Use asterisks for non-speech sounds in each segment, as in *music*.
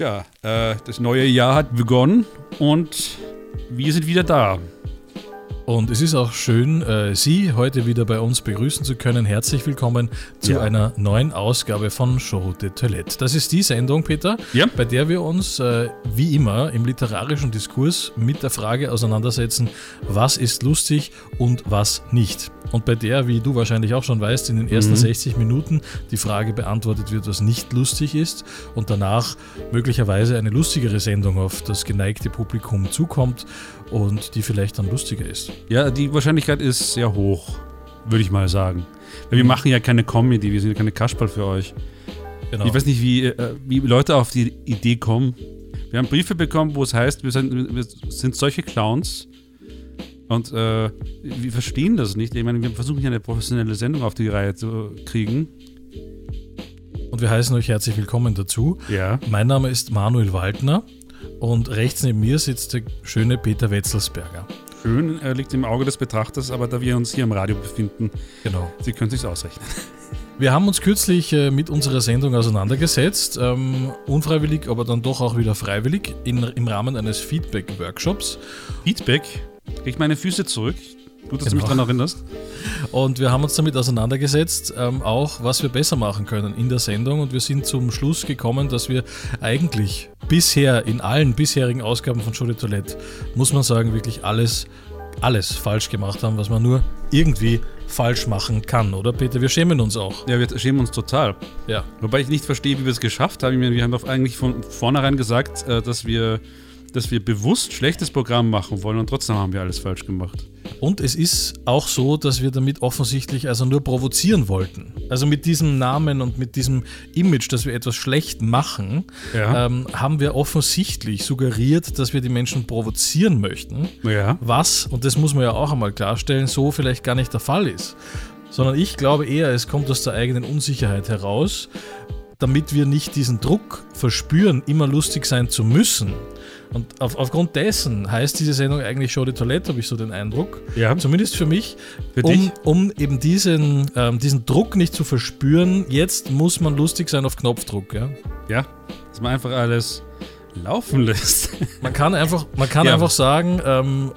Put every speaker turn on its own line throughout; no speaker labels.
Ja, äh, das neue Jahr hat begonnen und wir sind wieder da.
Und es ist auch schön, äh, Sie heute wieder bei uns begrüßen zu können. Herzlich willkommen zu
Ja.
einer neuen Ausgabe von Show de Toilette. Das ist die Sendung, Peter,
Ja.
bei der wir uns äh, wie immer im literarischen Diskurs mit der Frage auseinandersetzen, was ist lustig und was nicht. Und bei der, wie du wahrscheinlich auch schon weißt, in den
Mhm.
ersten 60 Minuten die Frage beantwortet wird, was nicht lustig ist und danach möglicherweise eine lustigere Sendung auf das geneigte Publikum zukommt und die vielleicht dann lustiger ist.
Ja, die Wahrscheinlichkeit ist sehr hoch, würde ich mal sagen. Weil wir machen ja keine Comedy, wir sind ja keine Kasperl für euch.
Genau.
Ich weiß nicht, wie, äh, wie Leute auf die Idee kommen. Wir haben Briefe bekommen, wo es heißt, wir sind, wir sind solche Clowns. Und äh, wir verstehen das nicht. Ich meine, wir versuchen hier eine professionelle Sendung auf die Reihe zu kriegen.
Und wir heißen euch herzlich willkommen dazu.
Ja.
Mein Name ist Manuel Waldner und rechts neben mir sitzt der schöne Peter Wetzelsberger.
Schön äh, liegt im Auge des Betrachters, aber da wir uns hier im Radio befinden,
Genau.
Sie können sich's ausrechnen.
Wir haben uns kürzlich äh, mit unserer Sendung auseinandergesetzt, ähm, unfreiwillig, aber dann doch auch wieder freiwillig, in, im Rahmen eines Feedback-Workshops.
Feedback. Krieg ich meine Füße zurück. Gut, dass du
Genau.
mich daran erinnerst.
Und wir haben uns damit auseinandergesetzt, ähm, auch was wir besser machen können in der Sendung. Und wir sind zum Schluss gekommen, dass wir eigentlich bisher in allen bisherigen Ausgaben von Show de Toilette, muss man sagen, wirklich alles, alles falsch gemacht haben, was man nur irgendwie falsch machen kann, oder Peter? Wir schämen uns auch.
Ja, wir schämen uns total.
Ja.
Wobei ich nicht verstehe, wie wir es geschafft haben. Ich meine, wir haben doch eigentlich von vornherein gesagt, äh, dass wir dass wir bewusst schlechtes Programm machen wollen und trotzdem haben wir alles falsch gemacht.
Und es ist auch so, dass wir damit offensichtlich also nur provozieren wollten. Also mit diesem Namen und mit diesem Image, dass wir etwas schlecht machen,
Ja.
ähm, haben wir offensichtlich suggeriert, dass wir die Menschen provozieren möchten,
Ja.
was, und das muss man ja auch einmal klarstellen, so vielleicht gar nicht der Fall ist. Sondern ich glaube eher, es kommt aus der eigenen Unsicherheit heraus, damit wir nicht diesen Druck verspüren, immer lustig sein zu müssen. Und auf, aufgrund dessen heißt diese Sendung eigentlich Show de Toilette, habe ich so den Eindruck.
Ja.
Zumindest für mich.
Für
um,
dich?
um eben diesen, ähm, diesen Druck nicht zu verspüren, jetzt muss man lustig sein auf Knopfdruck. Ja?
Ja. Dass man einfach alles laufen *laughs* lässt.
Man kann einfach, man kann
Ja.
einfach sagen, ähm,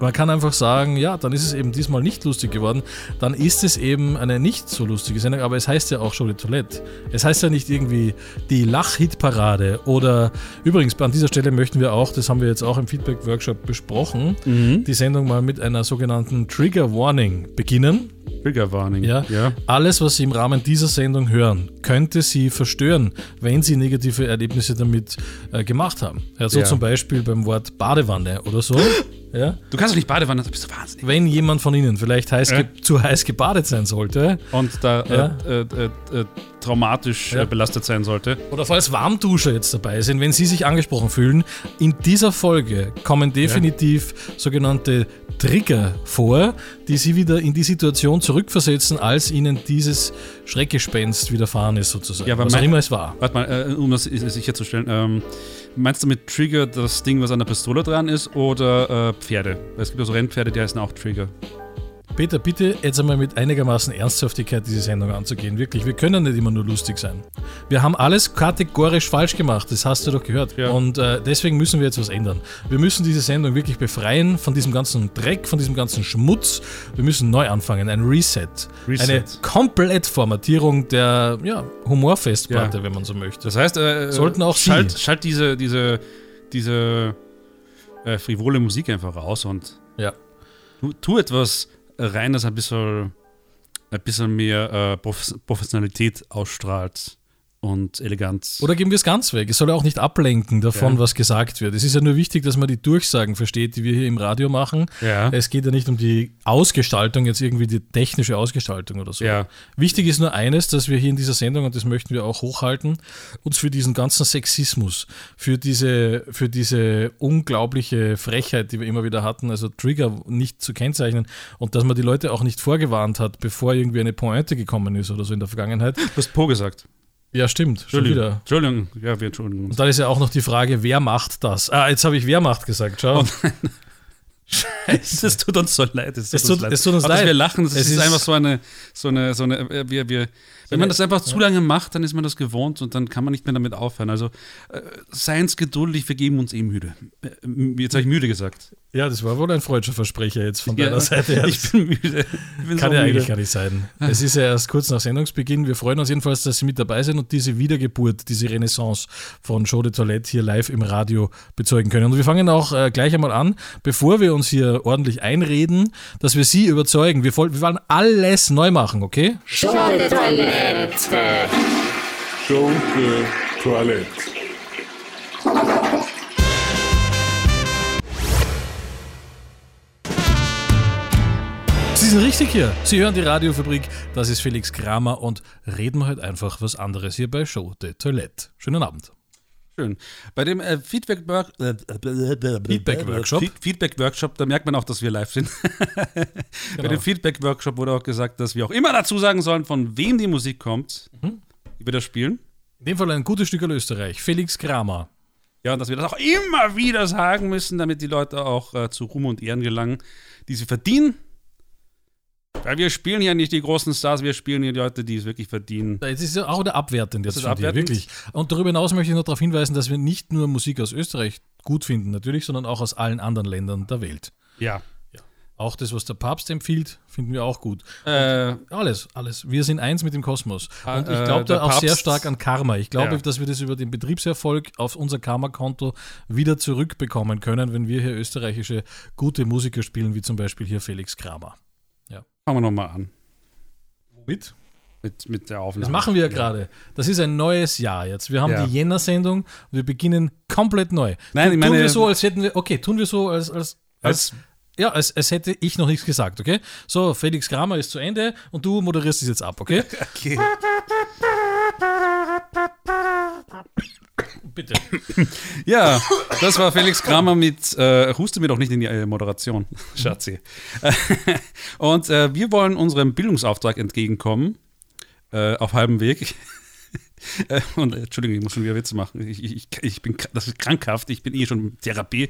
man kann einfach sagen, ja, dann ist es eben diesmal nicht lustig geworden. Dann ist es eben eine nicht so lustige Sendung, aber es heißt ja auch Show de Toilette. Es heißt ja nicht irgendwie die Lach-Hit-Parade oder übrigens an dieser Stelle möchten wir auch, das haben wir jetzt auch im Feedback-Workshop besprochen, die Sendung mal mit einer sogenannten Trigger Warning beginnen.
Trigger Warning.
Ja.
ja.
Alles, was Sie im Rahmen dieser Sendung hören, könnte Sie verstören, wenn Sie negative Erlebnisse damit äh, gemacht haben. Ja, so
Ja.
zum Beispiel beim Wort Badewanne
*laughs*
oder so. ja.
Du kannst doch nicht Badewanne, da bist du wahnsinnig.
Wenn jemand von Ihnen vielleicht heiß
Ja.
ge- zu heiß gebadet sein sollte
Und da
Ja.
äh, äh, äh, äh, traumatisch
Ja.
äh, belastet sein sollte.
oder falls Warmduscher jetzt dabei sind, wenn Sie sich angesprochen fühlen, in dieser Folge kommen definitiv sogenannte Trigger vor, die Sie wieder in die Situation zurückversetzen, als Ihnen dieses Schreckgespenst widerfahren ist sozusagen.
Ja, aber
was auch
mein-
immer es war.
Warte mal, äh, um das si- sicherzustellen, ähm, meinst du mit Trigger das Ding, was an der Pistole dran ist, oder äh, Pferde? Weil Es gibt ja so Rennpferde, die heißen auch Trigger.
Peter, bitte jetzt einmal mit einigermaßen Ernsthaftigkeit diese Sendung anzugehen. Wirklich, wir können nicht immer nur lustig sein. Wir haben alles kategorisch falsch gemacht, das hast du doch gehört.
Ja.
Und äh, deswegen müssen wir jetzt was ändern. Wir müssen diese Sendung wirklich befreien von diesem ganzen Dreck, von diesem ganzen Schmutz. Wir müssen neu anfangen, ein Reset.
Reset.
Eine Komplettformatierung der ja, Humorfestplatte, wenn man so möchte.
Das heißt, äh,
Sollten auch Sie.
schalt, schalt diese, diese, diese äh, frivole Musik einfach raus und
Ja.
tu, tu etwas rein, das ein bisschen, ein bisschen mehr äh, Profes- Professionalität ausstrahlt und Eleganz.
Oder geben wir es ganz weg? Es soll ja auch nicht ablenken davon,
Ja.
was gesagt wird. Es ist ja nur wichtig, dass man die Durchsagen versteht, die wir hier im Radio machen.
Ja.
Es geht ja nicht um die Ausgestaltung, jetzt irgendwie die technische Ausgestaltung oder so.
Ja.
Wichtig ist nur eines, dass wir hier in dieser Sendung, und das möchten wir auch hochhalten, uns für diesen ganzen Sexismus, für diese, für diese unglaubliche Frechheit, die wir immer wieder hatten, also Trigger nicht zu kennzeichnen und dass man die Leute auch nicht vorgewarnt hat, bevor irgendwie eine Pointe gekommen ist oder so in der Vergangenheit.
Du hast Po gesagt.
Ja, stimmt. Schon
Entschuldigung.
wieder.
Entschuldigung. Ja, wir entschuldigen uns.
Und dann ist ja auch noch die Frage, wer macht das? Ah, jetzt habe ich Wehrmacht gesagt, schau. Scheiße.
Es tut uns so leid. Es tut,
Es tut- es tut uns
Aber dass
leid.
wir lachen, das
Es
ist,
ist-
einfach so eine, so eine, so eine, äh, wir, wir, wenn man das einfach zu lange macht, dann ist man das gewohnt und dann kann man nicht mehr damit aufhören. Also äh, seins geduldig, wir geben uns eh müde. Äh, m- Jetzt habe ich müde gesagt.
Ja, das war wohl ein freudscher Versprecher jetzt von deiner
Ja,
Seite her.
Ich bin müde. Ich bin
Kann
so müde.
ja eigentlich gar nicht sein. Es ist ja erst kurz nach Sendungsbeginn. Wir freuen uns jedenfalls, dass Sie mit dabei sind und diese Wiedergeburt, diese Renaissance von Show de Toilette hier live im Radio bezeugen können. Und wir fangen auch äh, gleich einmal an, bevor wir uns hier ordentlich einreden, dass wir Sie überzeugen. Wir, woll- wir wollen alles neu machen, okay?
Schunke Toilette.
Schunke Toilette.
Sie sind richtig hier. Sie hören die Radiofabrik. Das ist Felix Kramer und reden wir halt einfach was anderes hier bei Show de Toilette. Schönen Abend.
Schön. Bei dem äh, Feedback, Work äh,
Feedback Workshop.
Fe- Feedback Workshop, da merkt man auch, dass wir live sind. *laughs*
Genau.
Bei dem Feedback Workshop wurde auch gesagt, dass wir auch immer dazu sagen sollen, von wem die Musik kommt,
Mhm.
die wir das spielen.
In dem Fall ein gutes Stück aus Österreich. Felix Kramer.
Ja, und dass wir das auch immer wieder sagen müssen, damit die Leute auch äh, zu Ruhm und Ehren gelangen, die sie verdienen. Weil wir spielen ja nicht die großen Stars, wir spielen hier die Leute, die es wirklich verdienen.
Es ist ja auch der abwertend jetzt
ist
von dir,
abwertend.
wirklich. Und darüber hinaus möchte ich noch darauf hinweisen, dass wir nicht nur Musik aus Österreich gut finden, natürlich, sondern auch aus allen anderen Ländern der Welt.
Ja.
Auch das, was der Papst empfiehlt, finden wir auch gut.
Äh,
Alles, alles. Wir sind eins mit dem Kosmos.
Ah,
Und
äh,
ich glaube
der
da auch sehr
Papst-
stark an Karma. Ich glaube,
Ja.
dass wir das über den Betriebserfolg auf unser Karma-Konto wieder zurückbekommen können, wenn wir hier österreichische gute Musiker spielen, wie zum Beispiel hier Felix Kramer.
fangen wir nochmal an
Mit?
mit, mit der
Das
Aufnahme.
machen wir ja gerade. Das ist ein neues Jahr jetzt. Wir haben
Ja.
die Jänner-Sendung und wir beginnen komplett neu.
Nein, ich
tun
meine-
wir so, als hätten wir, okay, tun wir so, als, als, als,
Als-
ja, als, als hätte ich noch nichts gesagt, okay? So, Felix Kramer ist zu Ende und du moderierst es jetzt
*laughs*
ab, okay?
Okay.
Bitte.
Ja, das war Felix Kramer mit äh, Huste mir doch nicht in die äh,
*laughs*
Moderation, Schatzi. Und äh, wir wollen unserem Bildungsauftrag entgegenkommen, äh, auf halbem Weg. Äh, *laughs* Und äh, Entschuldigung, ich muss schon wieder Witze machen. Ich, ich, ich- ich bin, kr- das ist krankhaft, ich bin eh schon in Therapie.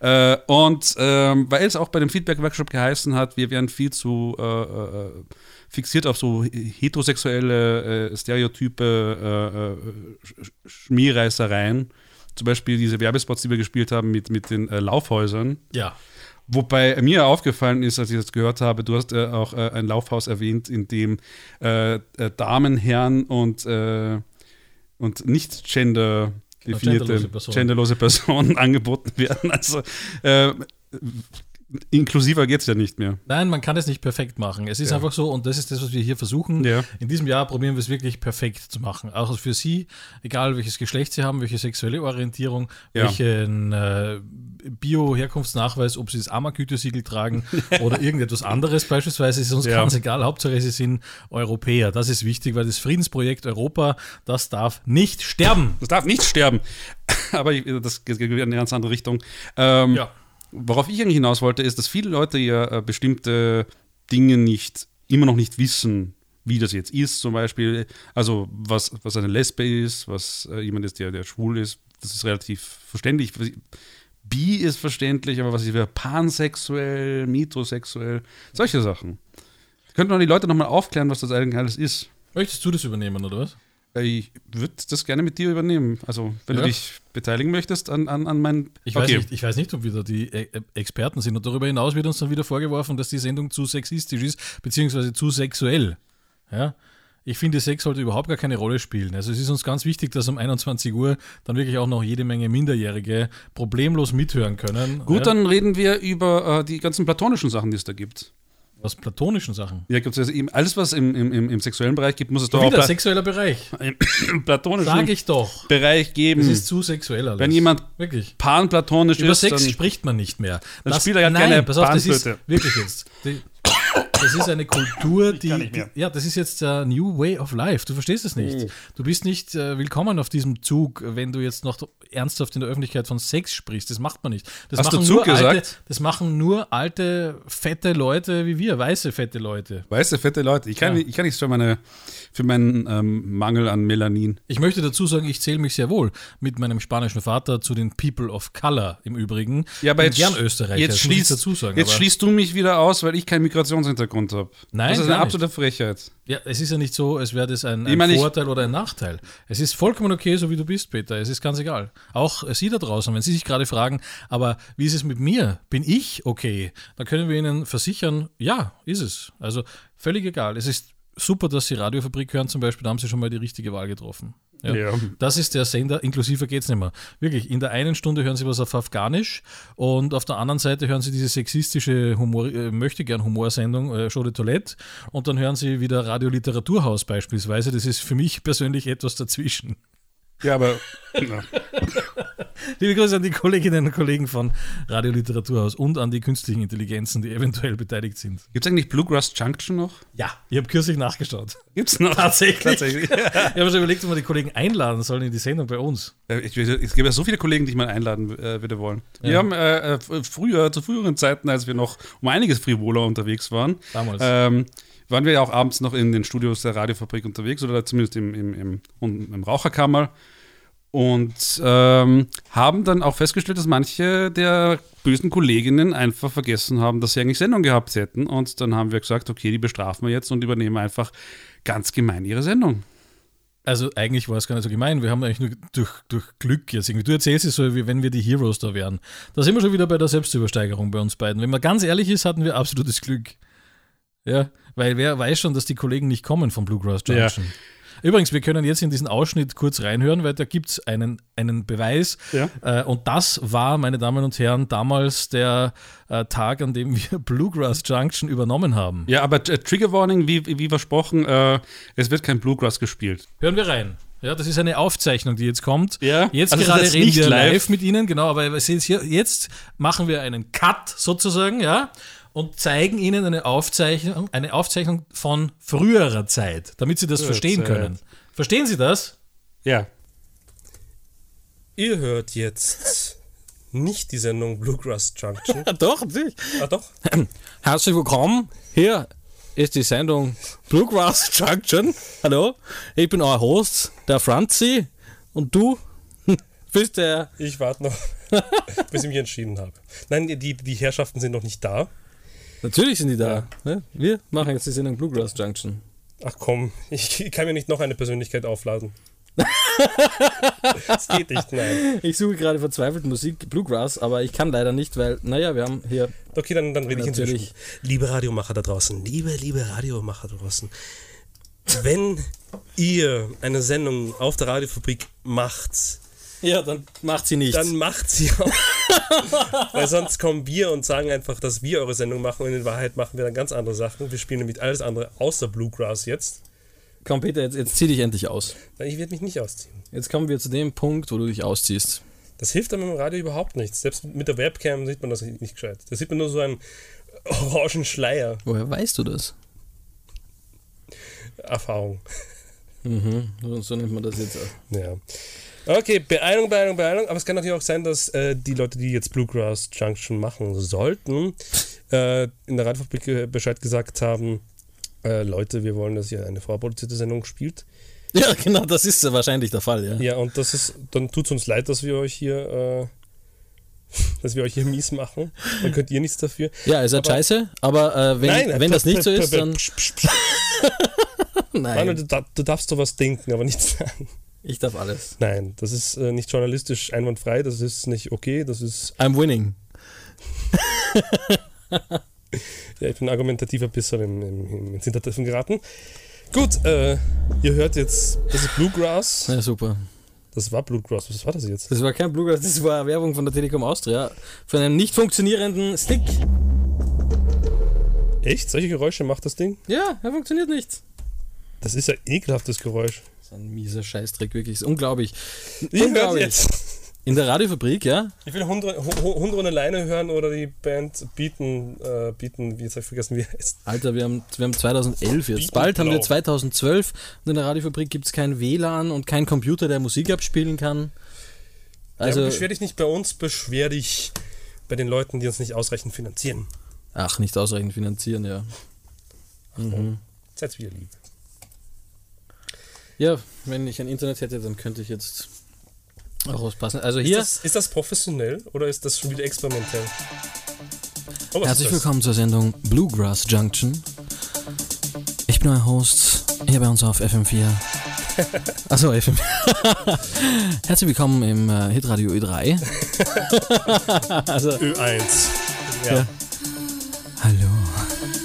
Äh, und ähm, weil es auch bei dem Feedback-Workshop geheißen hat, wir wären viel zu äh, äh, fixiert auf so heterosexuelle äh, Stereotype, äh, äh, Sch- Sch- Schmierreißereien. Zum Beispiel diese Werbespots, die wir gespielt haben mit, mit den äh, Laufhäusern.
Ja.
Wobei mir aufgefallen ist, als ich das gehört habe, du hast äh, auch äh, ein Laufhaus erwähnt, in dem äh, äh, Damen, Herren und, äh, und nicht gender definierte
Genau, genderlose Personen.
genderlose Personen *laughs* angeboten werden. Also äh, inklusiver geht es ja nicht mehr.
Nein, man kann es nicht perfekt machen. Es ist einfach so, und das ist das, was wir hier versuchen.
Ja.
In diesem Jahr probieren wir es wirklich perfekt zu machen. Auch für Sie, egal welches Geschlecht Sie haben, welche sexuelle Orientierung,
Ja.
welchen äh, Bio-Herkunftsnachweis, ob Sie das Amagütesiegel
*laughs*
tragen oder irgendetwas anderes beispielsweise, ist uns
Ja.
ganz egal. Hauptsache, Sie sind Europäer. Das ist wichtig, weil das Friedensprojekt Europa, das darf nicht sterben.
Das darf nicht sterben. *laughs* Aber ich, das geht wieder in eine ganz andere Richtung. Ähm,
Ja.
Worauf ich eigentlich hinaus wollte, ist, dass viele Leute ja äh, bestimmte Dinge nicht, immer noch nicht wissen, wie das jetzt ist, zum Beispiel, also was, was eine Lesbe ist, was äh, jemand ist, der, der schwul ist, das ist relativ verständlich. Bi ist verständlich, aber was ist wieder pansexuell, metrosexuell, solche Sachen. Könnten wir die Leute nochmal aufklären, was das eigentlich alles ist?
Möchtest du das übernehmen, oder was?
Äh, Ich würde das gerne mit dir übernehmen. Also, wenn
Ja.
du dich beteiligen möchtest an, an, an meinen.
Ich weiß, nicht, ich weiß nicht, ob wir da die äh, äh, Experten sind. Und darüber hinaus wird uns dann wieder vorgeworfen, dass die Sendung zu sexistisch ist, beziehungsweise zu sexuell. Ja? Ich finde, Sex sollte überhaupt gar keine Rolle spielen. Also es ist uns ganz wichtig, dass um 21 Uhr dann wirklich auch noch jede Menge Minderjährige problemlos mithören können.
Gut,
ja?
dann reden wir über äh, die ganzen platonischen Sachen, die es da gibt.
Aus platonischen Sachen.
Ja, gibt's also eben alles, was im, im, im, im sexuellen Bereich gibt, muss es doch auch
Wieder
pla *laughs*
sexueller Bereich.
im platonischen
Sag ich doch.
Bereich geben.
Es ist zu sexuell alles.
Hm. Wenn jemand
Wirklich.
panplatonisch
Über
ist,
Sex
dann
spricht man nicht mehr.
Dann spielt er ja
nein,
keine
pass auf, das ist
Panflöte.
wirklich jetzt. Die, Das ist eine Kultur, die,
kann nicht
die.
mehr.
Ja, das ist jetzt der New Way of Life. Du verstehst es
Oh.
nicht. Du bist nicht äh, willkommen auf diesem Zug, wenn du jetzt noch ernsthaft in der Öffentlichkeit von Sex sprichst. Das macht man nicht. Das
Hast du
machen
Zug
nur Alte,
gesagt?
das machen nur alte, fette Leute wie wir, weiße, fette Leute.
Weißt du, fette Leute, ich kann,
Ja.
ich kann nichts für, meine, für meinen ähm, Mangel an Melanin.
Ich möchte dazu sagen, ich zähle mich sehr wohl mit meinem spanischen Vater zu den People of Color im Übrigen. Bin gern Österreicher.
jetzt
das muss ich
schließt,
dazu sagen.
jetzt
aber-
schließt du mich wieder aus, weil ich keinen Migrationshintergrund habe.
Nein,
Das ist
gar
eine
nicht.
absolute Frechheit.
Ja, es ist ja nicht so, als wäre das ein, ein
meine, ich-
Vorteil oder ein Nachteil. Es ist vollkommen okay, so wie du bist, Peter. Es ist ganz egal. Auch Sie da draußen, wenn Sie sich gerade fragen, aber wie ist es mit mir? Bin ich okay? Dann können wir Ihnen versichern, ja, ist es. Also völlig egal. Es ist super, dass Sie Radiofabrik hören zum Beispiel. Da haben Sie schon mal die richtige Wahl getroffen. Ja. Das ist der Sender, inklusive geht's nicht mehr. Wirklich, in der einen Stunde hören sie was auf Afghanisch und auf der anderen Seite hören sie diese sexistische Humor, äh, möchte gern Humorsendung, äh, Show de Toilette und dann hören sie wieder Radio Literaturhaus beispielsweise. Das ist für mich persönlich etwas dazwischen. *laughs*
Ja, aber. na.
Liebe Grüße an die Kolleginnen und Kollegen von Radio Literaturhaus und an die künstlichen Intelligenzen, die eventuell beteiligt sind.
Gibt's eigentlich Bluegrass Junction noch?
Ja, ich habe kürzlich nachgeschaut. *laughs*
Gibt's noch?
Tatsächlich.
Tatsächlich.
Ich habe schon überlegt, ob wir die Kollegen einladen sollen in die Sendung bei uns.
Äh, Ich, es gibt ja so viele Kollegen, die ich mal einladen äh, würde wollen. Wir haben äh, äh, früher, zu früheren Zeiten, als wir noch um einiges frivoler unterwegs waren,
Damals.
Ähm, waren wir ja auch abends noch in den Studios der Radiofabrik unterwegs oder zumindest im, im, im, und im Raucherkammer und ähm, haben dann auch festgestellt, dass manche der bösen Kolleginnen einfach vergessen haben, dass sie eigentlich Sendung gehabt hätten. Und dann haben wir gesagt, okay, die bestrafen wir jetzt und übernehmen einfach ganz gemein ihre Sendung.
Also eigentlich war es gar nicht so gemein. Wir haben eigentlich nur durch, durch Glück jetzt irgendwie. Du erzählst es so, wie wenn wir die Heroes da wären. Da sind wir schon wieder bei der Selbstübersteigerung bei uns beiden. Wenn man ganz ehrlich ist, hatten wir absolutes Glück. Ja, weil wer weiß schon, dass die Kollegen nicht kommen von Bluegrass Junction. Übrigens, wir können jetzt in diesen Ausschnitt kurz reinhören, weil da gibt es einen, einen Beweis.
Ja.
Äh, und das war, meine Damen und Herren, damals der äh, Tag, an dem wir *laughs* Bluegrass Junction übernommen haben.
Ja, aber äh, Trigger Warning, wie, wie versprochen, äh, es wird kein Bluegrass gespielt.
Hören wir rein. Ja, das ist eine Aufzeichnung, die jetzt kommt.
Ja.
Jetzt
Also es ist
gerade
jetzt
reden
nicht
wir live.
live.
mit Ihnen, genau, aber wir sehen es hier, jetzt machen wir einen Cut sozusagen, ja, und zeigen Ihnen eine Aufzeichnung, eine Aufzeichnung von früherer Zeit, damit Sie das verstehen
Zeit.
können. Verstehen Sie das?
Ja.
Ihr hört jetzt nicht die Sendung Bluegrass Junction.
Ja, doch, natürlich.
Ah doch,
Herzlich willkommen. Hier ist die Sendung Bluegrass Junction. Hallo, ich bin euer Host, der Franzi. Und du *laughs* bist der.
ich warte noch, *laughs* bis ich mich entschieden habe. Nein, die, die Herrschaften sind noch nicht da.
Natürlich sind die da. Ne? Wir machen jetzt die Sendung Bluegrass Junction.
Ach komm, ich kann mir nicht noch eine Persönlichkeit aufladen. *laughs* das geht nicht, nein.
Ich suche gerade verzweifelt Musik Bluegrass, aber ich kann leider nicht, weil, naja, wir haben hier.
Okay, dann, dann rede ich
Natürlich.
inzwischen. Liebe Radiomacher da draußen, liebe, liebe Radiomacher da draußen, wenn ihr eine Sendung auf der Radiofabrik macht,
Ja, dann macht sie nichts.
dann macht sie auch. *laughs* Weil sonst kommen wir und sagen einfach, dass wir eure Sendung machen und in Wahrheit machen wir dann ganz andere Sachen. Wir spielen nämlich alles andere außer Bluegrass jetzt.
Komm, Peter, jetzt, jetzt zieh dich endlich aus.
Nein, Ich werde mich nicht ausziehen.
Jetzt kommen wir zu dem Punkt, wo du dich ausziehst.
Das hilft einem im Radio überhaupt nichts. Selbst mit der Webcam sieht man das nicht gescheit. Da sieht man nur so einen orangen Schleier.
Woher weißt du das?
Erfahrung.
So so nennt man das jetzt. auch. *laughs*
Ja. Okay, Beeilung, Beeilung, Beeilung. Aber es kann natürlich auch sein, dass äh, die Leute, die jetzt Bluegrass Junction machen sollten, äh, in der Radiofabrik äh, Bescheid gesagt haben: äh, Leute, wir wollen, dass ihr eine vorproduzierte Sendung spielt.
Ja, genau, das ist ja wahrscheinlich der Fall, ja.
Ja, und das ist, dann tut es uns leid, dass wir euch hier, äh, *laughs* dass wir euch hier mies machen. Dann könnt ihr nichts dafür.
Ja, ihr seid
Aber-
scheiße, aber äh, wenn, wenn das nicht so
*laughs*
ist, dann.
Psch, psch, psch. Manuel,
Nein,
du, dar- du darfst sowas denken, aber nicht *laughs* sagen.
ich darf alles.
Nein, das ist äh, nicht journalistisch einwandfrei, das ist nicht okay, das ist.
I'm winning.
Ja, ich bin argumentativer Pisser im, im, im, ins Hintertreffen geraten. Gut, äh, ihr hört jetzt, das ist Bluegrass.
Na super.
Das war Bluegrass, was war das jetzt?
Das war kein Bluegrass, das war Werbung von der Telekom Austria. Von einem nicht funktionierenden Stick.
Echt? Solche Geräusche macht das Ding?
Ja, er funktioniert nicht.
Das ist ja ekelhaftes Geräusch.
Das ist ein mieser Scheißdreck, wirklich. Das ist unglaublich.
Ihr hört
Unglaublich.
jetzt.
In der Radiofabrik, ja?
Ich will Hund, Hu- Hund ohne Leine hören oder die Band Beaten, äh, Beaten, wie jetzt habe ich vergessen, wie er heißt.
Alter, wir haben, wir haben 2011 jetzt. Bald haben wir 2012 und in der Radiofabrik gibt es kein WLAN und kein Computer, der Musik abspielen kann.
Also, ja,
Also,
beschwer dich nicht bei uns, beschwer dich bei den Leuten, die uns nicht ausreichend finanzieren.
ach, nicht ausreichend finanzieren, ja.
Seid wieder lieb.
Ja, wenn ich ein Internet hätte, dann könnte ich jetzt auch auspassen. Also
Ist,
hier,
das, ist das professionell oder ist das schon wieder experimentell? Oh, was
herzlich
ist das?
willkommen zur Sendung Bluegrass Junction. Ich bin euer Host, hier bei uns
*laughs*
auf FM4. Achso, FM. *laughs* herzlich willkommen im äh, Hitradio *laughs* Also, Ö3.
Ö1. Ja.
Hallo.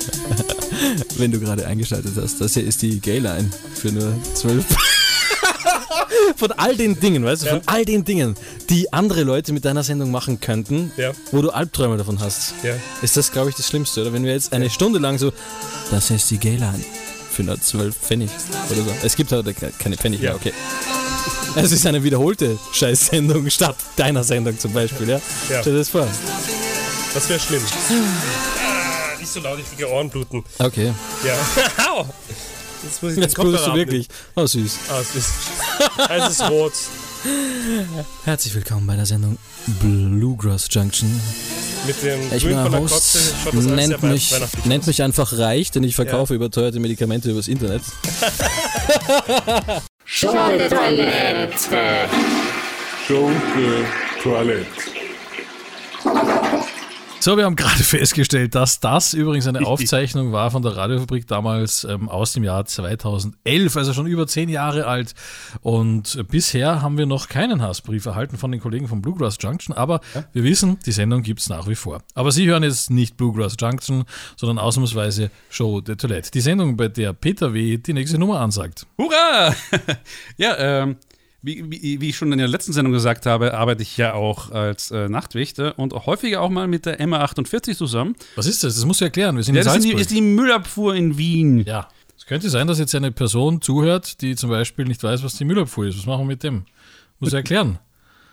*laughs* Wenn du gerade eingeschaltet hast, das hier ist die Gayline für nur 12. Von all den Dingen, weißt du,
Ja.
von all den Dingen, die andere Leute mit deiner Sendung machen könnten,
Ja.
wo du Albträume davon hast,
Ja.
ist das, glaube ich, das Schlimmste, oder? Wenn wir jetzt eine Stunde lang so, das hier ist die Gayline für nur 12 Pfennig oder so. Es gibt heute ke- keine Pfennig mehr,
Ja.
okay. Es ist eine wiederholte Scheißsendung *laughs* statt deiner Sendung zum Beispiel, ja?
Ja.
Stell dir das vor.
Das wäre schlimm. Ah, nicht so laut, ich kriege Ohrenbluten.
Okay,
Ja. *laughs* Au! Jetzt muss ich den
jetzt
Kopfhörer
blutest du
abnehmen.
wirklich. Oh, süß.
Ah, es ist, es ist rot.
Herzlich willkommen bei der Sendung Bluegrass Junction.
Mit dem
Ich
Grün von
bin der
der
Host.
Kotze schaut das alles sehr
Nennt
wei-
mich,
weihnachtlich
nennt
aus.
mich einfach reich, denn ich verkaufe überteuerte Medikamente übers Internet.
Schunke Toilette.
Schunke Toilette.
So, wir haben gerade *laughs* festgestellt, dass das übrigens
*laughs*
eine Aufzeichnung war von der Radiofabrik damals ähm, aus dem Jahr 2011, also schon über zehn Jahre alt. Und äh, bisher haben wir noch keinen Hassbrief erhalten von den Kollegen von Bluegrass Junction, aber wir wissen, die Sendung gibt es nach wie vor. Aber Sie hören jetzt nicht Bluegrass Junction, sondern ausnahmsweise Show de Toilette. Die Sendung, bei der Peter W. die nächste Nummer ansagt.
Hurra! *laughs* ja, ähm, wie, wie, wie ich schon in der letzten Sendung gesagt habe, arbeite ich ja auch als äh, Nachtwächter und auch häufiger auch mal mit der MA48 zusammen.
Was ist das? Das musst du erklären. Wir sind
Ja,
in
das ist die,
Salzburg.
ist die Müllabfuhr in Wien.
ja. Es könnte sein, dass jetzt eine Person zuhört, die zum Beispiel nicht weiß, was die Müllabfuhr ist. Was machen wir mit dem? Muss
*laughs*
er erklären.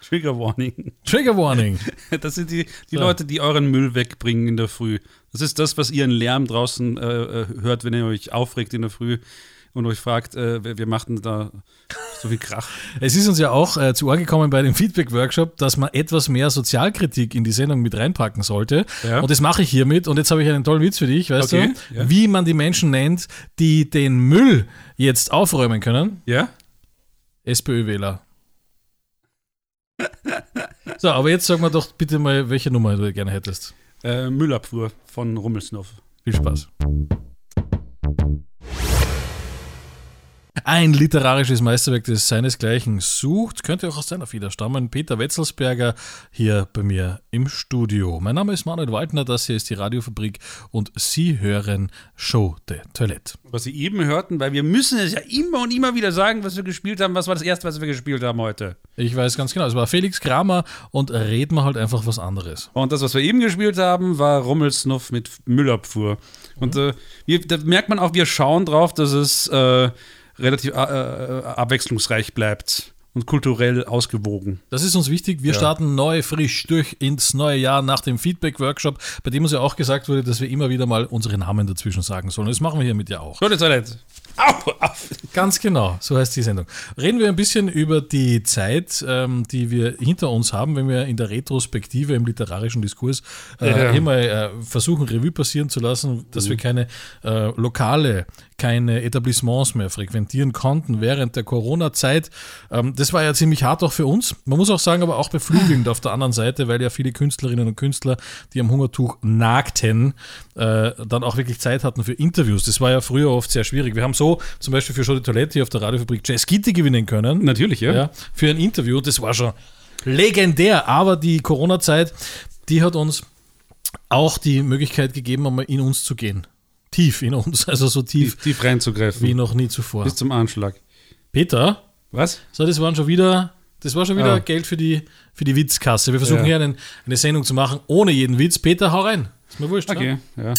Trigger Warning. *laughs*
Trigger Warning.
Das sind die, die
So.
Leute, die euren Müll wegbringen in der Früh. Das ist das, was ihr einen Lärm draußen äh, äh, hört, wenn ihr euch aufregt in der Früh und euch fragt, äh, wir wir machten da so viel Krach.
Es ist uns ja auch äh, zu Ohr gekommen bei dem Feedback-Workshop, dass man etwas mehr Sozialkritik in die Sendung mit reinpacken sollte.
Ja.
*laughs* Und das mache ich hiermit. Und jetzt habe ich einen tollen Witz für dich, weißt
Okay,
du?
ja.
Wie man die Menschen nennt, die den Müll jetzt aufräumen können.
Ja?
SPÖ-Wähler. So, aber jetzt sag mal doch bitte mal, welche Nummer du gerne hättest.
Äh, Müllabfuhr von Rummelsnuff.
Viel Spaß. Ein literarisches Meisterwerk, das seinesgleichen sucht, könnte auch aus seiner Feder stammen. Peter Wetzelsberger hier bei mir im Studio. Mein Name ist Manuel Waldner, das hier ist die Radiofabrik und Sie hören Show de Toilette.
was Sie eben hörten, weil wir müssen es ja immer und immer wieder sagen, was wir gespielt haben. Was war das erste, was wir gespielt haben heute?
Ich weiß ganz genau, es war Felix Kramer und reden wir halt einfach was anderes.
Und das, was wir eben gespielt haben, war Rummelsnuff mit Müllabfuhr. Und äh, wir, da merkt man auch, wir schauen drauf, dass es äh, relativ äh, äh, abwechslungsreich bleibt und kulturell ausgewogen.
Das ist uns wichtig. Wir starten neu, frisch durch ins neue Jahr nach dem Feedback-Workshop, bei dem uns ja auch gesagt wurde, dass wir immer wieder mal unsere Namen dazwischen sagen sollen. Das machen wir hiermit ja auch.
Gute Toilette. Au, auf.
Ganz genau, so heißt die Sendung. Reden wir ein bisschen über die Zeit, ähm, die wir hinter uns haben, wenn wir in der Retrospektive im literarischen Diskurs äh,
Ja.
hier mal äh, versuchen, Revue passieren zu lassen, dass wir keine äh, Lokale, keine Etablissements mehr frequentieren konnten während der Corona-Zeit. Ähm, das war ja ziemlich hart auch für uns. Man muss auch sagen, aber auch beflügelnd auf der anderen Seite, weil ja viele Künstlerinnen und Künstler, die am Hungertuch nagten, äh, dann auch wirklich Zeit hatten für Interviews. Das war ja früher oft sehr schwierig. Wir haben so zum Beispiel für Show de Toilette hier auf der Radiofabrik Jazz Kitty gewinnen können.
Natürlich, ja.
Ja, für ein Interview, das war schon legendär. Aber die Corona-Zeit, die hat uns auch die Möglichkeit gegeben, einmal in uns zu gehen. Tief in uns, also so tief
Tief, tief reinzugreifen.
wie noch nie zuvor.
Bis zum Anschlag.
Peter,
Was?
so, das waren schon wieder, das war schon wieder
Ah.
Geld für die, für die Witzkasse. Wir versuchen
Ja.
hier einen, eine Sendung zu machen ohne jeden Witz. Peter, hau rein. Ist mir wurscht. Ne?
Okay, ja.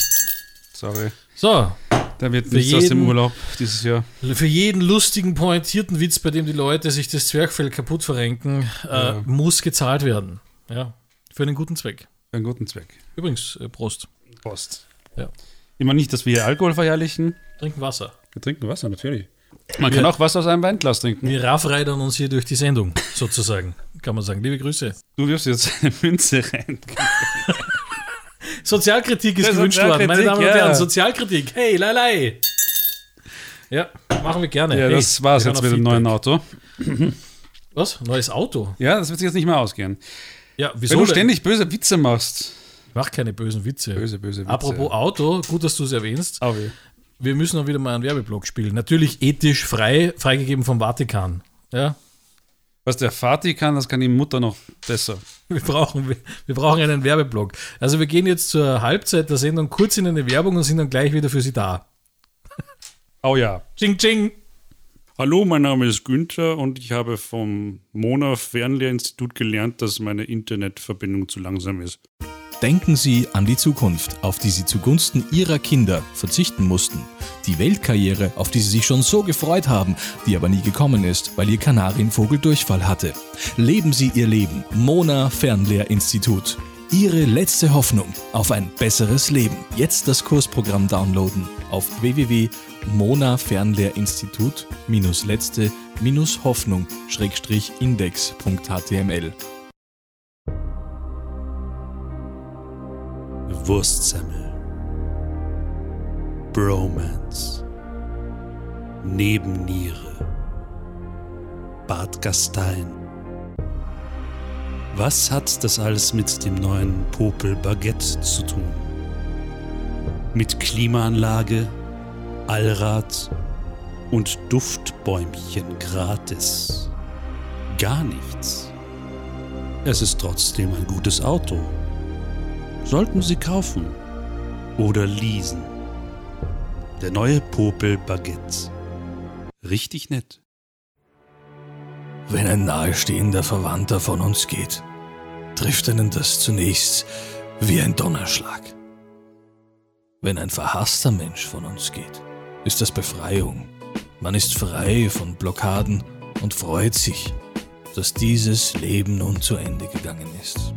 Sorry.
So,
Da wird
Für
nichts aus dem
jeden-
Urlaub dieses Jahr.
Für jeden lustigen, pointierten Witz, bei dem die Leute sich das Zwergfell kaputt verrenken, äh, muss gezahlt werden. Ja, für einen guten Zweck.
Einen guten Zweck.
Übrigens, äh, Prost.
Post.
Ja.
Immer nicht, dass wir hier Alkohol verherrlichen.
Trinken Wasser.
Wir trinken Wasser, natürlich. Man kann auch Wasser aus einem Weinglas trinken.
Wir raffreitern uns hier durch die Sendung, sozusagen. *laughs* Kann man sagen. Liebe Grüße.
Du wirfst jetzt *laughs* eine Münze rein.
Sozialkritik ist
Ja,
gewünscht worden, meine
Sozialkritik,
Damen und
ja.
Herren. Sozialkritik. Hey, lalei. Ja, machen wir gerne.
Ja,
hey,
das war's
wir
jetzt mit
hören
dem
auf
neuen Auto.
Feedback. Was? Neues Auto?
Ja, das wird sich jetzt nicht mehr ausgehen.
Ja, wieso?
Wenn du
denn?
ständig böse Witze machst.
Ich mach keine bösen Witze.
Böse, böse Witze.
Apropos Auto, gut, dass du es erwähnst.
Oh, weh.
Wir müssen auch wieder mal einen Werbeblock spielen. Natürlich ethisch frei, freigegeben vom Vatikan. Ja,
Was der Vati kann, das kann die Mutter noch besser.
*laughs* wir brauchen, wir brauchen einen Werbeblock. Also wir gehen jetzt zur Halbzeit der Sendung kurz in eine Werbung und sind dann gleich wieder für Sie da.
Oh ja.
Ching, ching.
Hallo, mein Name ist Günther und ich habe vom Mona Fernlehrinstitut gelernt, dass meine Internetverbindung zu langsam ist.
Denken Sie an die Zukunft, auf die Sie zugunsten Ihrer Kinder verzichten mussten. Die Weltkarriere, auf die Sie sich schon so gefreut haben, die aber nie gekommen ist, weil Ihr Kanarienvogel Durchfall hatte. Leben Sie Ihr Leben. Mona Fernlehrinstitut. Ihre letzte Hoffnung auf ein besseres Leben. Jetzt das Kursprogramm downloaden auf www.mona-fernlehrinstitut-letzte-hoffnung-index.html.
Wurstsemmel. Bromance. Nebenniere. Bad Gastein. Was hat das alles mit dem neuen Popel Baguette zu tun? Mit Klimaanlage, Allrad und Duftbäumchen gratis. Gar nichts. Es ist trotzdem ein gutes Auto sollten Sie kaufen oder leasen. Der neue Popel Baguette. Richtig nett.
Wenn ein nahestehender Verwandter von uns geht, trifft einen das zunächst wie ein Donnerschlag. Wenn ein verhasster Mensch von uns geht, ist das Befreiung. Man ist frei von Blockaden und freut sich, dass dieses Leben nun zu Ende gegangen ist.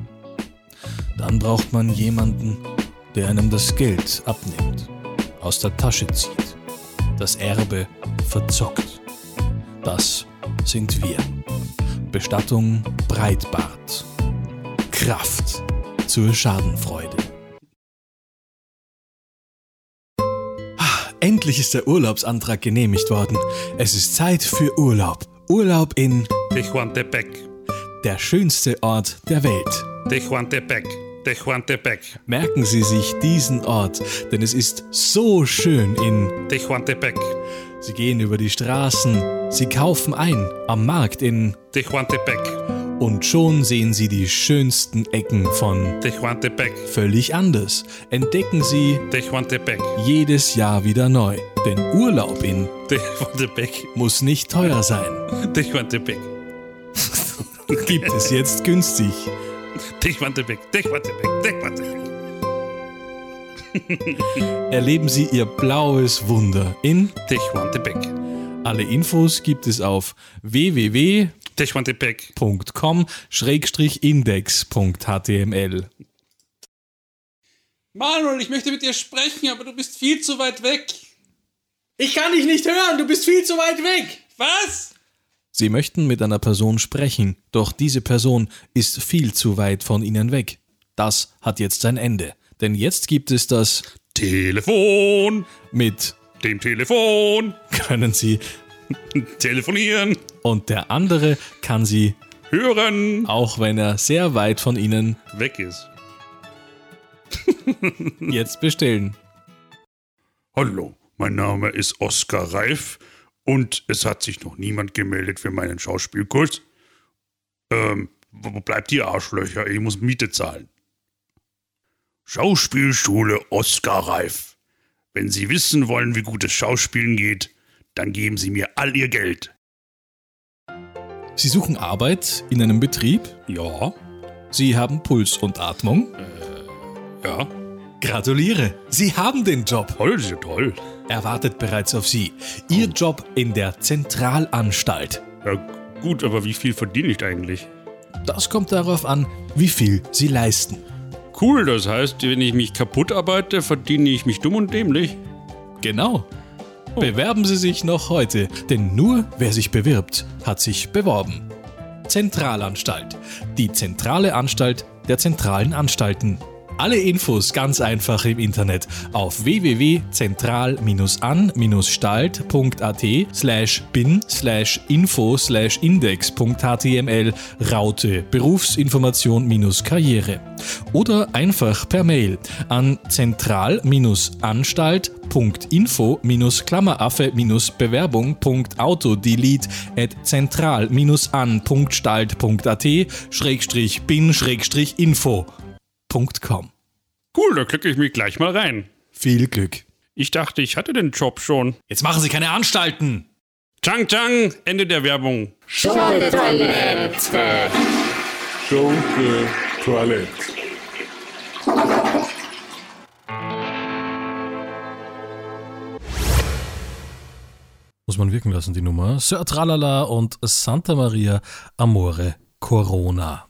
Dann braucht man jemanden, der einem das Geld abnimmt, aus der Tasche zieht, das Erbe verzockt. Das sind wir. Bestattung Breitbart. Kraft zur Schadenfreude. Ah, Endlich ist der Urlaubsantrag genehmigt worden. Es ist Zeit für Urlaub. Urlaub in
Tehuantepec,
der schönste Ort der Welt.
Tehuantepec, Tehuantepec,
Merken Sie sich diesen Ort, denn es ist so schön in
Tehuantepec,
Sie gehen über die Straßen, Sie kaufen ein am Markt in
Tehuantepec,
Und schon sehen Sie die schönsten Ecken von
Tehuantepec,
völlig anders. Entdecken Sie
Tehuantepec,
jedes Jahr wieder neu. Denn Urlaub in
Tehuantepec,
muss nicht teuer sein.
Tehuantepec,
Gibt es jetzt günstig.
Tehuantepec, Tehuantepec, Tehuantepec.
Erleben Sie Ihr blaues Wunder in.
Tehuantepec,
Alle Infos gibt es auf www.com-index.html.
Tehuantepec,
Manuel, ich möchte mit dir sprechen, aber du bist viel zu weit weg.
Ich kann dich nicht hören, du bist viel zu weit weg.
Was?
Sie möchten mit einer Person sprechen, doch diese Person ist viel zu weit von Ihnen weg. Das hat jetzt sein Ende. Denn jetzt gibt es das
Telefon,
mit
dem Telefon,
können Sie
telefonieren,
und der andere kann sie,
hören,
auch wenn er sehr weit von Ihnen
weg ist.
jetzt bestellen.
Hallo, mein Name ist Oskar Reif und es hat sich noch niemand gemeldet für meinen Schauspielkurs. Ähm, wo wo bleibt ihr Arschlöcher? Ich muss Miete zahlen. Schauspielschule Oskar Reif. Wenn Sie wissen wollen, wie gut es Schauspielen geht, dann geben Sie mir all Ihr Geld.
Sie suchen Arbeit in einem Betrieb,
Ja,
Sie haben Puls und Atmung,
ja,
Gratuliere, Sie haben den Job.
Toll, ist ja toll.
Er wartet bereits auf Sie. Ihr Job in der Zentralanstalt.
Ja, gut, aber wie viel verdiene ich eigentlich?
Das kommt darauf an, wie viel Sie leisten.
Cool, das heißt, wenn ich mich kaputt arbeite, verdiene ich mich dumm und dämlich.
Genau. Bewerben Sie sich noch heute, denn nur wer sich bewirbt, hat sich beworben. Zentralanstalt. Die zentrale Anstalt der zentralen Anstalten. Alle Infos ganz einfach im Internet auf www.zentral-an-stalt.at slash bin slash info slash index.html Raute Berufsinformation-Karriere oder einfach per Mail an zentral-anstalt.info-klammeraffe-bewerbung.autodelete at zentral-an.stalt.at schrägstrich bin schrägstrich info www.ruhrpott.com.
Cool, da klicke ich mich gleich mal rein.
Viel Glück.
Ich dachte, ich hatte den Job schon.
Jetzt machen Sie keine Anstalten.
Chang Chang, Ende der Werbung.
Schunke Toilette.
Schunke Toilette.
Muss man wirken lassen, die Nummer. Sir Tralala und Santa Maria Amore Corona.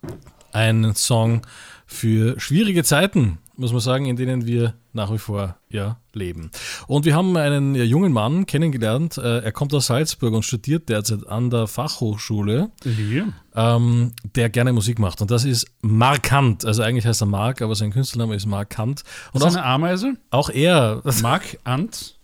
Ein Song für schwierige Zeiten, muss man sagen, in denen wir nach wie vor ja leben. Und wir haben einen ja, jungen Mann kennengelernt. Äh, er kommt aus Salzburg und studiert derzeit an der Fachhochschule ähm, der gerne Musik macht. Und das ist Markant. Also eigentlich heißt er Mark, aber sein Künstlername ist Markant. Und
Und ist
auch,
eine Ameise?
auch er,
Mark Ant.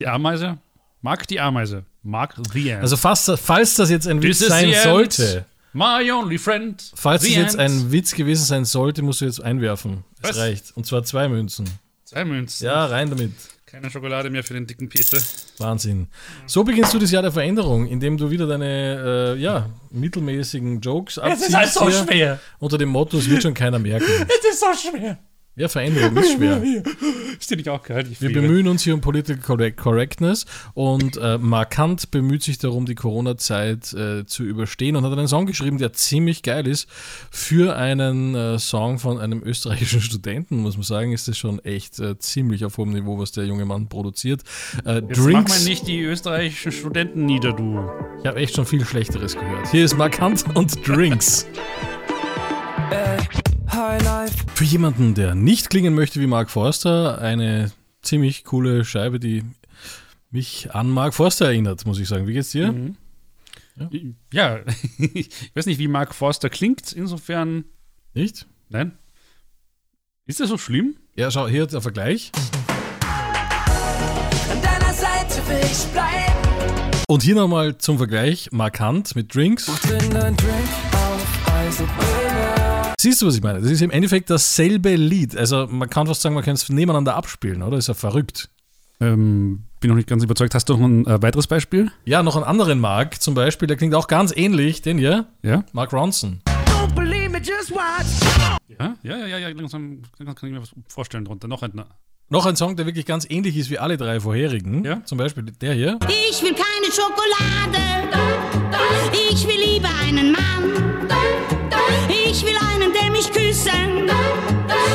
Die Ameise? Mark die Ameise. Mark the Ant.
also fast, falls das jetzt ein Witz
This is
sein
the end.
sollte,
My only friend.
falls
the
es jetzt
Ant.
ein Witz gewesen sein sollte, musst du jetzt einwerfen. Es
Was?
reicht. Und zwar zwei Münzen.
Zwei Münzen.
Ja, rein damit.
Keine Schokolade mehr für den dicken
*laughs*
Peter.
Wahnsinn. So beginnst du das Jahr der Veränderung, indem du wieder deine äh, ja, mittelmäßigen Jokes abziehst. hier
schwer.
Unter dem Motto, es wird schon
*laughs*
keiner merken.
Es ist so schwer.
Ja, Veränderung ist schwer.
Ist dir nicht auch kalt? Ich
Wir
friere.
bemühen uns hier um Political Correct Correctness und äh, Markant bemüht sich darum, die Corona-Zeit äh, zu überstehen und hat einen Song geschrieben, der ziemlich geil ist. Für einen äh, Song von einem österreichischen *laughs* Studenten, muss man sagen, ist das schon echt äh, ziemlich auf hohem Niveau, was der junge Mann produziert. Äh,
Jetzt Drinks. mach mal
Drinks,
nicht die österreichischen Studenten nieder, du.
ich habe echt schon viel Schlechteres gehört. Hier ist Markant und Drinks. Für jemanden, der nicht klingen möchte wie Mark Forster, eine ziemlich coole Scheibe, die mich an Mark Forster erinnert, muss ich sagen. Wie geht's dir?
Mhm.
Ja, *laughs* ich weiß nicht, wie Mark Forster klingt. Insofern,
Nicht?
nein. Ist das so schlimm?
Ja, schau, hier der Vergleich.
An deiner Seite will ich bleiben.
Und hier nochmal zum Vergleich, markant mit Drinks.
Bin dein Drink auf Eisebühne.
Siehst du, was ich meine? Das ist im Endeffekt dasselbe Lied. Also man kann fast sagen, man kann es nebeneinander abspielen, oder? Ist ja verrückt.
Ähm, bin noch nicht ganz überzeugt. Hast du noch ein äh, weiteres Beispiel?
Ja, noch einen anderen Mark zum Beispiel, der klingt auch ganz ähnlich, den hier,
Ja?
Mark Ronson.
Don't believe me, just watch.
Ja, ja, ja, ja, ja langsam, langsam kann ich mir was vorstellen drunter. Noch ein.
Noch ein Song, der wirklich ganz ähnlich ist wie alle drei vorherigen.
Ja.
Zum Beispiel der hier.
Ich will keine Schokolade. Ich will lieber einen Mann. Ich will einen, der mich küssen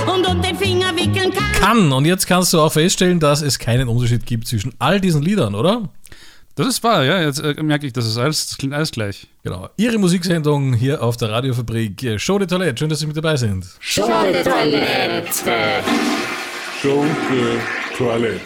und um den Finger wickeln kann.
Kann. Und jetzt kannst du auch feststellen, dass es keinen Unterschied gibt zwischen all diesen Liedern, oder?
Das ist wahr, ja. Jetzt äh, merke ich, das ist alles, das klingt alles gleich.
Genau. Ihre Musiksendung hier auf der Radiofabrik äh, Show de Toilette. Schön, dass Sie mit dabei sind.
Schunke Toilette.
Schunke Toilette.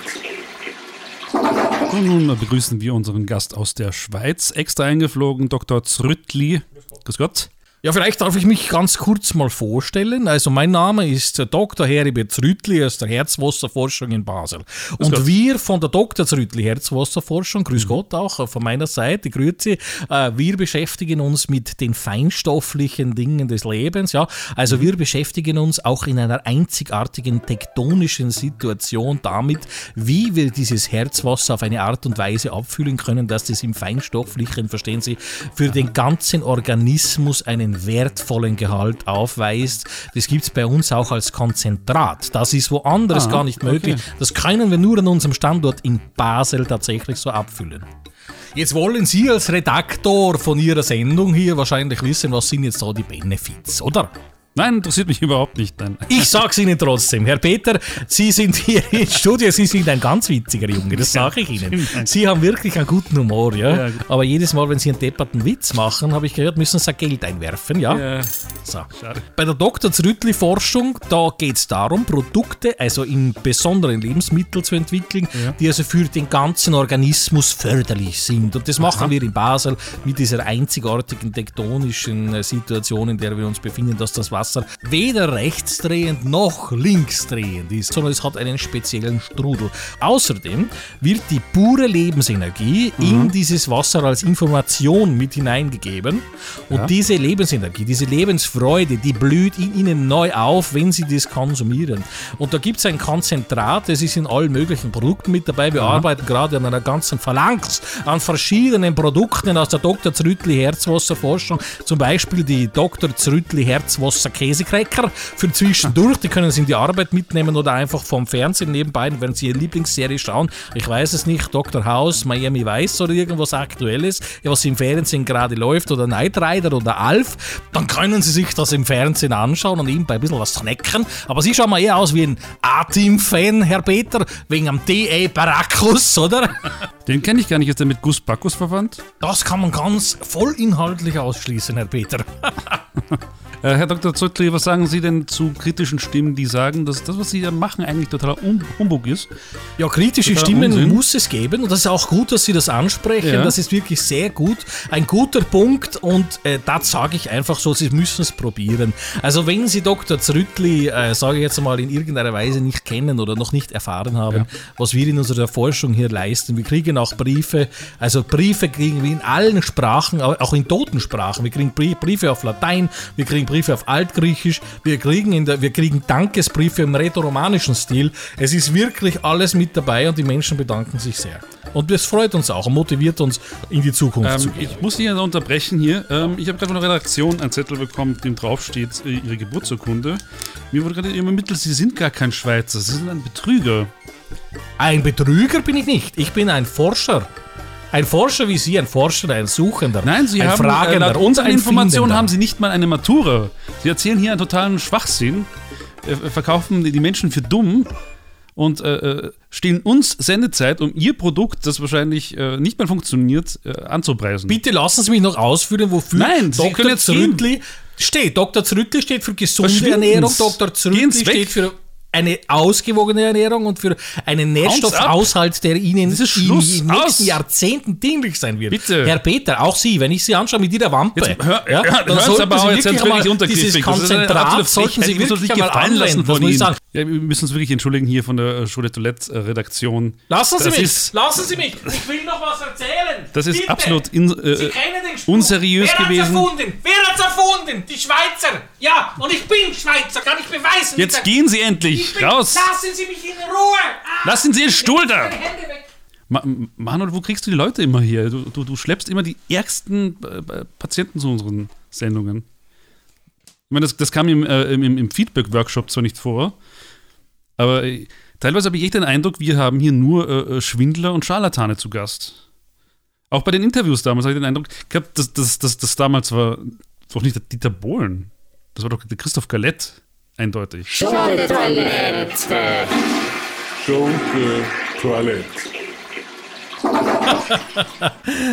Und nun begrüßen wir unseren Gast aus der Schweiz, extra eingeflogen, Dr. Zrüttli. Grüß Gott.
Ja, vielleicht darf ich mich ganz kurz mal vorstellen. Also mein Name ist äh, Dr. Heribert Zrütli aus der Herzwasserforschung in Basel. Und wir von der Dr. Zrütli Herzwasserforschung, grüß Gott auch äh, von meiner Seite, grüezi, äh, wir beschäftigen uns mit den feinstofflichen Dingen des Lebens. Ja, Also wir beschäftigen uns auch in einer einzigartigen tektonischen Situation damit, wie wir dieses Herzwasser auf eine Art und Weise abfüllen können, dass das im feinstofflichen, verstehen Sie, für den ganzen Organismus einen wertvollen Gehalt aufweist. Das gibt es bei uns auch als Konzentrat. Das ist woanders gar nicht möglich. Das können wir nur an unserem Standort in Basel tatsächlich so abfüllen. Jetzt wollen Sie als Redaktor von Ihrer Sendung hier wahrscheinlich wissen, was sind jetzt da die Benefits, oder?
Nein, interessiert mich überhaupt nicht. Nein.
*laughs* Ich sag's Ihnen trotzdem, Herr Peter, Sie sind hier im Studio, Sie sind ein ganz witziger Junge, das sage ich Ihnen. Sie haben wirklich einen guten Humor, ja.
Ja, gut.
Aber jedes Mal, wenn Sie einen depperten Witz machen, habe ich gehört, müssen Sie ein Geld einwerfen, ja.
Ja,
So. Bei der Dr. Zrütli-Forschung, da geht es darum, Produkte, also im besonderen Lebensmittel zu entwickeln, die also für den ganzen Organismus förderlich sind. Und das machen wir in Basel mit dieser einzigartigen tektonischen äh, Situation, in der wir uns befinden, dass das Wasser weder rechtsdrehend noch linksdrehend ist, sondern es hat einen speziellen Strudel. Außerdem wird die pure Lebensenergie in dieses Wasser als Information mit hineingegeben und diese Lebensenergie, diese Lebensfreude, die blüht in ihnen neu auf, wenn sie das konsumieren. Und da gibt es ein Konzentrat, das ist in allen möglichen Produkten mit dabei. Wir arbeiten gerade an einer ganzen Phalanx an verschiedenen Produkten aus der Dr. Zrütli Herzwasserforschung. Zum Beispiel die Dr. Zrütli Herzwasser Käsekräcker für zwischendurch. Die können Sie in die Arbeit mitnehmen oder einfach vom Fernsehen nebenbei, wenn Sie Ihre Lieblingsserie schauen. Ich weiß es nicht, Dr. House, Miami Vice oder irgendwas Aktuelles, was im Fernsehen gerade läuft oder Night Rider oder Alf. Dann können Sie sich das im Fernsehen anschauen und nebenbei ein bisschen was snacken. Aber Sie schauen mal eher aus wie ein A-Team-Fan, Herr Peter, wegen am DE Baracus, oder?
Den kenne ich gar nicht. Ist der mit Gus Backus verwandt?
Das kann man ganz vollinhaltlich ausschließen, Herr Peter.
Äh, Herr Dr. Zöttli, was sagen Sie denn zu kritischen Stimmen, die sagen, dass das, was Sie da machen, eigentlich totaler Un Humbug ist?
Ja, kritische
Totaler
Stimmen
Unsinn.
muss es geben und das ist auch gut, dass Sie das ansprechen.
Ja.
Das ist wirklich sehr gut. Ein guter Punkt und äh, das sage ich einfach so, Sie müssen es probieren. Also wenn Sie Dr. Zrütli, äh, sage ich jetzt mal, in irgendeiner Weise nicht kennen oder noch nicht erfahren haben, was wir in unserer Forschung hier leisten, wir kriegen auch Briefe, also Briefe kriegen wir in allen Sprachen, au- auch in Totensprachen. Wir kriegen Brie- Briefe auf Latein, wir kriegen Briefe auf Altgriechisch, wir kriegen, in der, wir kriegen Dankesbriefe im rätoromanischen Stil. Es ist wirklich alles mit dabei und die Menschen bedanken sich sehr. Und das freut uns auch und motiviert uns, in die Zukunft zu
Ähm,
gehen.
ich muss Sie ja unterbrechen hier. Ähm, ich habe gerade von der Redaktion einen Zettel bekommen, auf dem drauf steht äh, Ihre Geburtsurkunde. Mir wurde gerade übermittelt, Sie sind gar kein Schweizer, Sie sind ein Betrüger.
Ein Betrüger bin ich nicht. Ich bin ein Forscher. Ein Forscher wie Sie, ein Forscher, ein Suchender.
Nein, Sie
ein
haben äh,
Fragender
laut
und
unseren
ein
Informationen
Findender.
haben Sie nicht mal eine Matura. Sie erzählen hier einen totalen Schwachsinn, äh, verkaufen die Menschen für dumm und äh, äh, stehen uns Sendezeit, um Ihr Produkt, das wahrscheinlich äh, nicht mal funktioniert, äh, anzupreisen.
Bitte lassen Sie mich noch ausführen, wofür
Nein, Sie können
Dr.
jetzt gehen.
Zrütli steht. Dr. Zrütli steht für gesunde
Verschwinden
Ernährung,
Sie.
Dr.
Gehen
Zrütli
Sie
steht
weg.
für eine ausgewogene Ernährung und für einen Nährstoffhaushalt, der Ihnen
Das ist
in
Schluss.
den nächsten
Aus.
Jahrzehnten dienlich sein wird.
Bitte.
Herr Peter, auch Sie, wenn ich Sie anschaue mit Ihrer Wampe,
Jetzt hör- hör-
ja,
hören
dann
Sie
sollten
aber
Sie
auch jetzt-
wirklich
jetzt bin
einmal
ich untergriffig.
dieses
Das ist eine absolute
Konzentrat sollten
Frechheit.
Sie
Ich muss uns
wirklich
nicht
einmal
gefallen lassen
anwenden, das
von
muss ich
Ihnen.
sagen.
Ja, wir müssen uns wirklich entschuldigen hier von der äh, Schule Toilette-Redaktion.
Lassen Sie
das
mich,
Ist,
lassen Sie mich, ich will noch was erzählen.
das ist
Bitte.
absolut in,
Sie
äh,
kennen den Spruch.
unseriös
Wer
gewesen.
Hat's erfunden? Wer hat's erfunden? Die Schweizer. Ja, und ich bin Schweizer, kann ich beweisen.
Jetzt
Ich-
gehen Sie
ich
endlich
bin,
raus.
Lassen Sie mich in Ruhe. Ah,
Lassen Sie den Stuhl da.
meine Hände weg.
Ma Manuel, wo kriegst du die Leute immer hier? Du, du, du schleppst immer die ärgsten äh, äh, Patienten zu unseren Sendungen. Ich meine, das, das kam im, äh, im, im Feedback-Workshop zwar nicht vor, aber äh, teilweise habe ich echt den Eindruck, wir haben hier nur äh, äh, Schwindler und Scharlatane zu Gast. Auch bei den Interviews damals habe ich den Eindruck gehabt, dass das, das, das damals war doch nicht der Dieter Bohlen. Das war doch der Christoph Galett, eindeutig.
Schunke Toilette.
Schunke Toilette.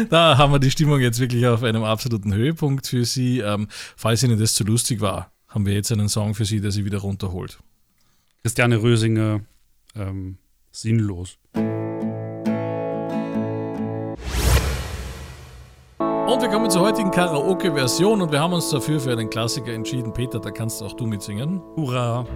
Da haben wir die Stimmung jetzt wirklich auf einem absoluten Höhepunkt für Sie. Ähm, falls Ihnen das zu lustig war, haben wir jetzt einen Song für Sie, der Sie wieder runterholt.
Christiane Rösinger, ähm, sinnlos.
Und wir kommen zur heutigen Karaoke-Version und wir haben uns dafür für einen Klassiker entschieden. Peter, da kannst auch du mitsingen.
Hurra!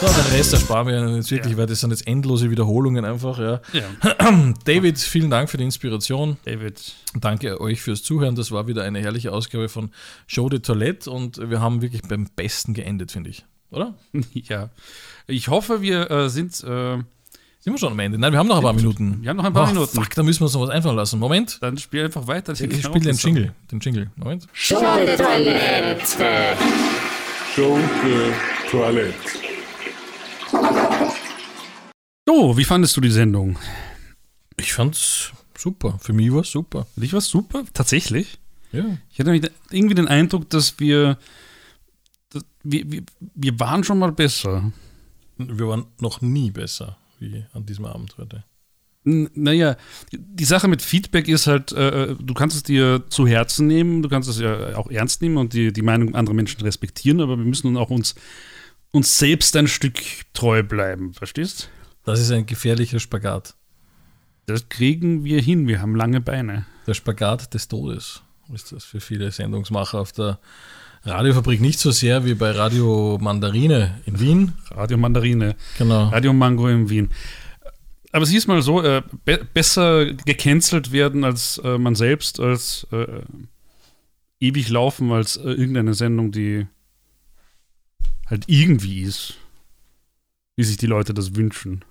So, den Rest ersparen wir Ihnen jetzt wirklich, weil das sind jetzt endlose Wiederholungen einfach. Ja.
Ja,
David, vielen Dank für die Inspiration.
David.
Danke euch fürs Zuhören. Das war wieder eine herrliche Ausgabe von Show de Toilette und wir haben wirklich beim Besten geendet, finde ich. Oder?
*laughs* Ja. Ich hoffe, wir äh, sind. Äh,
Sind wir schon am Ende? Nein, wir haben noch ein paar Minuten.
Wir haben noch ein paar
Ah,
Minuten.
Fuck, da müssen wir uns noch was einfallen lassen. Moment.
dann spiel einfach weiter.
Ich spiele den Jingle. Den Jingle. Moment.
Schunke Toilette.
Schunke Toilette.
So, wie fandest du die Sendung?
Ich fand's super. Für mich war es super.
Für dich war super, tatsächlich.
Ja.
Ich hatte nämlich irgendwie den Eindruck, dass wir, dass wir, wir, wir waren schon mal besser.
Wir waren noch nie besser wie an diesem Abend heute.
N- Naja, die Sache mit Feedback ist halt, äh, du kannst es dir zu Herzen nehmen, du kannst es ja auch ernst nehmen und die, die Meinung anderer Menschen respektieren, aber wir müssen dann auch uns, uns selbst ein Stück treu bleiben, verstehst?
Das ist ein gefährlicher Spagat.
Das kriegen wir hin, wir haben lange Beine.
Der Spagat des Todes ist das für viele Sendungsmacher auf der Radiofabrik. Nicht so sehr wie bei Radio Mandarine in Wien.
Radio Mandarine,
Genau.
Radio Mango in Wien. Aber es hieß mal so, äh, be besser gecancelt werden als äh, man selbst, als äh, ewig laufen, als äh, irgendeine Sendung, die halt irgendwie ist, wie sich die Leute das wünschen.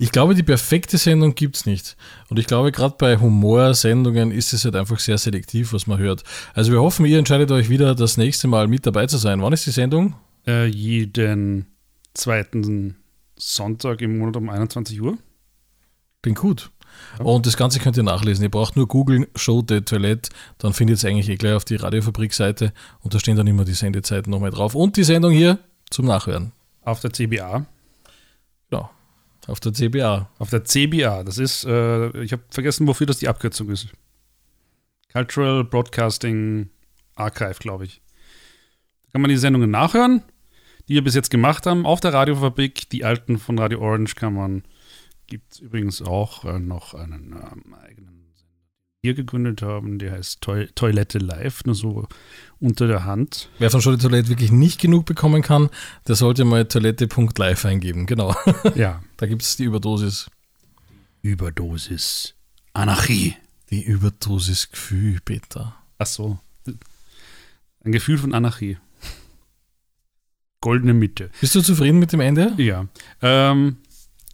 Ich glaube, die perfekte Sendung gibt es nicht. Und ich glaube, gerade bei Humorsendungen ist es halt einfach sehr selektiv, was man hört. Also wir hoffen, ihr entscheidet euch wieder, das nächste Mal mit dabei zu sein. Wann ist die Sendung?
Äh, jeden zweiten Sonntag im Monat um 21 Uhr.
Bin gut. Und das Ganze könnt ihr nachlesen. Ihr braucht nur googeln, Show de Toilette, dann findet ihr eigentlich eh gleich auf die Radiofabrik-Seite und da stehen dann immer die Sendezeiten nochmal drauf. Und die Sendung hier zum Nachhören.
Auf der CBA.
Ja, auf der CBA.
Auf der CBA. Das ist, äh, ich habe vergessen, wofür das die Abkürzung ist. Cultural Broadcasting Archive, glaube ich. Da kann man die Sendungen nachhören, die wir bis jetzt gemacht haben. Auf der Radiofabrik, die alten von Radio Orange kann man. Gibt es übrigens auch äh, noch einen ähm, eigenen Sender, den wir gegründet haben. Der heißt Toi- Toilette Live, nur so unter der *laughs* Hand.
Wer von Show de Toilette wirklich nicht genug bekommen kann, der sollte mal toilette.live eingeben. Genau, *laughs*
Ja.
da gibt es die Überdosis.
Überdosis. Anarchie.
Die Überdosis Gefühl, Peter.
Ach so. Ein Gefühl von Anarchie. Goldene Mitte.
Bist du zufrieden mit dem Ende?
Ja. Ähm,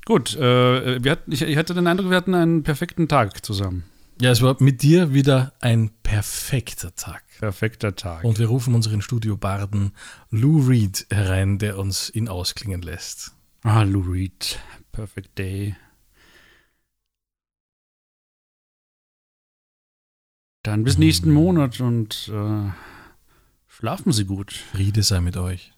gut, äh, wir hatten, ich, ich hatte den Eindruck, wir hatten einen perfekten Tag zusammen.
Ja, es war mit dir wieder ein perfekter Tag.
Perfekter Tag.
Und wir rufen unseren Studiobarden Lou Reed herein, der uns ihn ausklingen lässt.
ah, Lou Reed. Perfect Day. Dann bis nächsten Monat und äh, schlafen Sie gut.
Friede sei mit euch.